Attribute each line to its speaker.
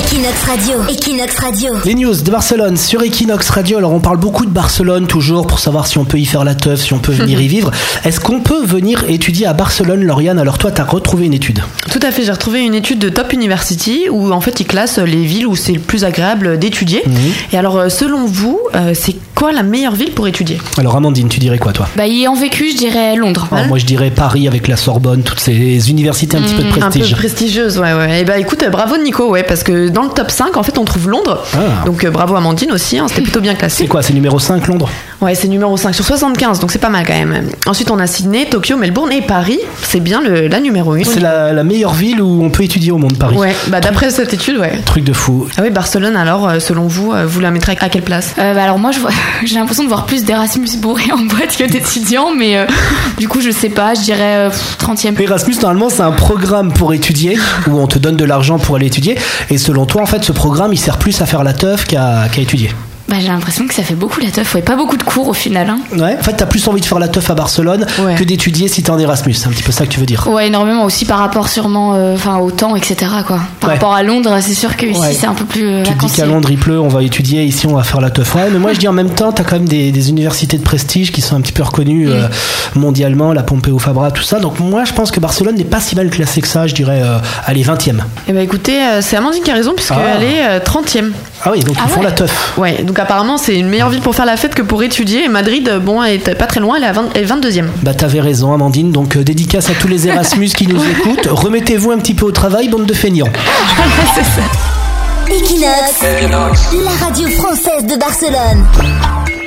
Speaker 1: Equinox Radio. Equinox Radio.
Speaker 2: Les news de Barcelone sur Equinox Radio. Alors, on parle beaucoup de Barcelone toujours pour savoir si on peut y faire la teuf, si on peut venir y vivre. Est-ce qu'on peut venir étudier à Barcelone, Lauriane Alors, toi, t'as retrouvé une étude.
Speaker 3: Tout à fait, j'ai retrouvé une étude de Top University où en fait ils classent les villes où c'est le plus agréable d'étudier. Et alors euh, selon vous, euh, c'est quoi la meilleure ville pour étudier
Speaker 2: Alors, Amandine, tu dirais quoi, toi
Speaker 4: Bah, ayant vécu, je dirais Londres.
Speaker 2: Alors, Moi, je dirais Paris avec la Sorbonne, toutes ces universités Mmh, un petit peu de
Speaker 3: Un
Speaker 2: prestige.
Speaker 3: peu prestigieuse, ouais, ouais. Et bah écoute, euh, bravo Nico, ouais, parce que dans le top 5, en fait, on trouve Londres.
Speaker 2: Ah.
Speaker 3: Donc euh, bravo Amandine aussi, hein, c'était plutôt bien
Speaker 2: C'est
Speaker 3: classé.
Speaker 2: quoi C'est numéro 5, Londres
Speaker 3: Ouais, c'est numéro 5 sur 75, donc c'est pas mal quand même. Ensuite, on a Sydney, Tokyo, Melbourne et Paris. C'est bien le, la numéro 1.
Speaker 2: C'est la, la meilleure ville où on peut étudier au monde, Paris.
Speaker 3: Ouais, bah d'après cette étude, ouais.
Speaker 2: Truc de fou.
Speaker 3: Ah oui, Barcelone, alors, euh, selon vous, euh, vous la mettrez à quelle place
Speaker 4: Euh, bah alors moi je vois- j'ai l'impression de voir plus d'Erasmus bourré en boîte que d'étudiants, mais euh, du coup je sais pas, je dirais euh, pff, 30e.
Speaker 2: Erasmus, normalement, c'est un programme pour étudier, où on te donne de l'argent pour aller étudier. Et selon toi, en fait, ce programme, il sert plus à faire la teuf qu'à qu'à étudier.
Speaker 4: Bah j'ai l'impression que ça fait beaucoup la teuf, ouais, pas beaucoup de cours au final. Hein.
Speaker 2: Ouais. En fait, t'as plus envie de faire la teuf à Barcelone
Speaker 3: Ouais.
Speaker 2: que d'étudier si t'es en Erasmus. C'est un petit peu ça que tu veux dire.
Speaker 4: Ouais, énormément aussi par rapport sûrement euh, enfin au temps, etc. Quoi. Par
Speaker 2: Ouais.
Speaker 4: rapport à Londres, c'est sûr que ici
Speaker 2: Ouais.
Speaker 4: c'est un peu plus euh,
Speaker 2: Tu te dis
Speaker 4: vacancier.
Speaker 2: qu'à Londres il pleut, on va étudier, ici on va faire la teuf. Ouais, mais moi je dis en même temps, t'as quand même des, des universités de prestige qui sont un petit peu reconnues
Speaker 4: Mm.
Speaker 2: euh, mondialement, la Pompeu Fabra, tout ça. Donc moi je pense que Barcelone n'est pas si mal classée que ça, je dirais, euh, allez, 20 e
Speaker 3: Eh ben écoutez, euh, c'est Amandine qui a raison, puisqu'elle
Speaker 2: Ah.
Speaker 3: est euh, 30e.
Speaker 2: Ah oui, donc
Speaker 4: Ah
Speaker 2: ils font
Speaker 4: ouais.
Speaker 2: la teuf.
Speaker 3: Ouais, donc apparemment, c'est une meilleure ville pour faire la fête que pour étudier. Et Madrid, euh, bon, elle est pas très loin, elle est à 20 elle est 22e.
Speaker 2: Bah t'avais raison Amandine, donc euh, dédicace à tous les Erasmus qui nous écoutent. Remettez-vous un petit peu au travail, bande de feignants.
Speaker 1: Equinox. La radio française de Barcelone.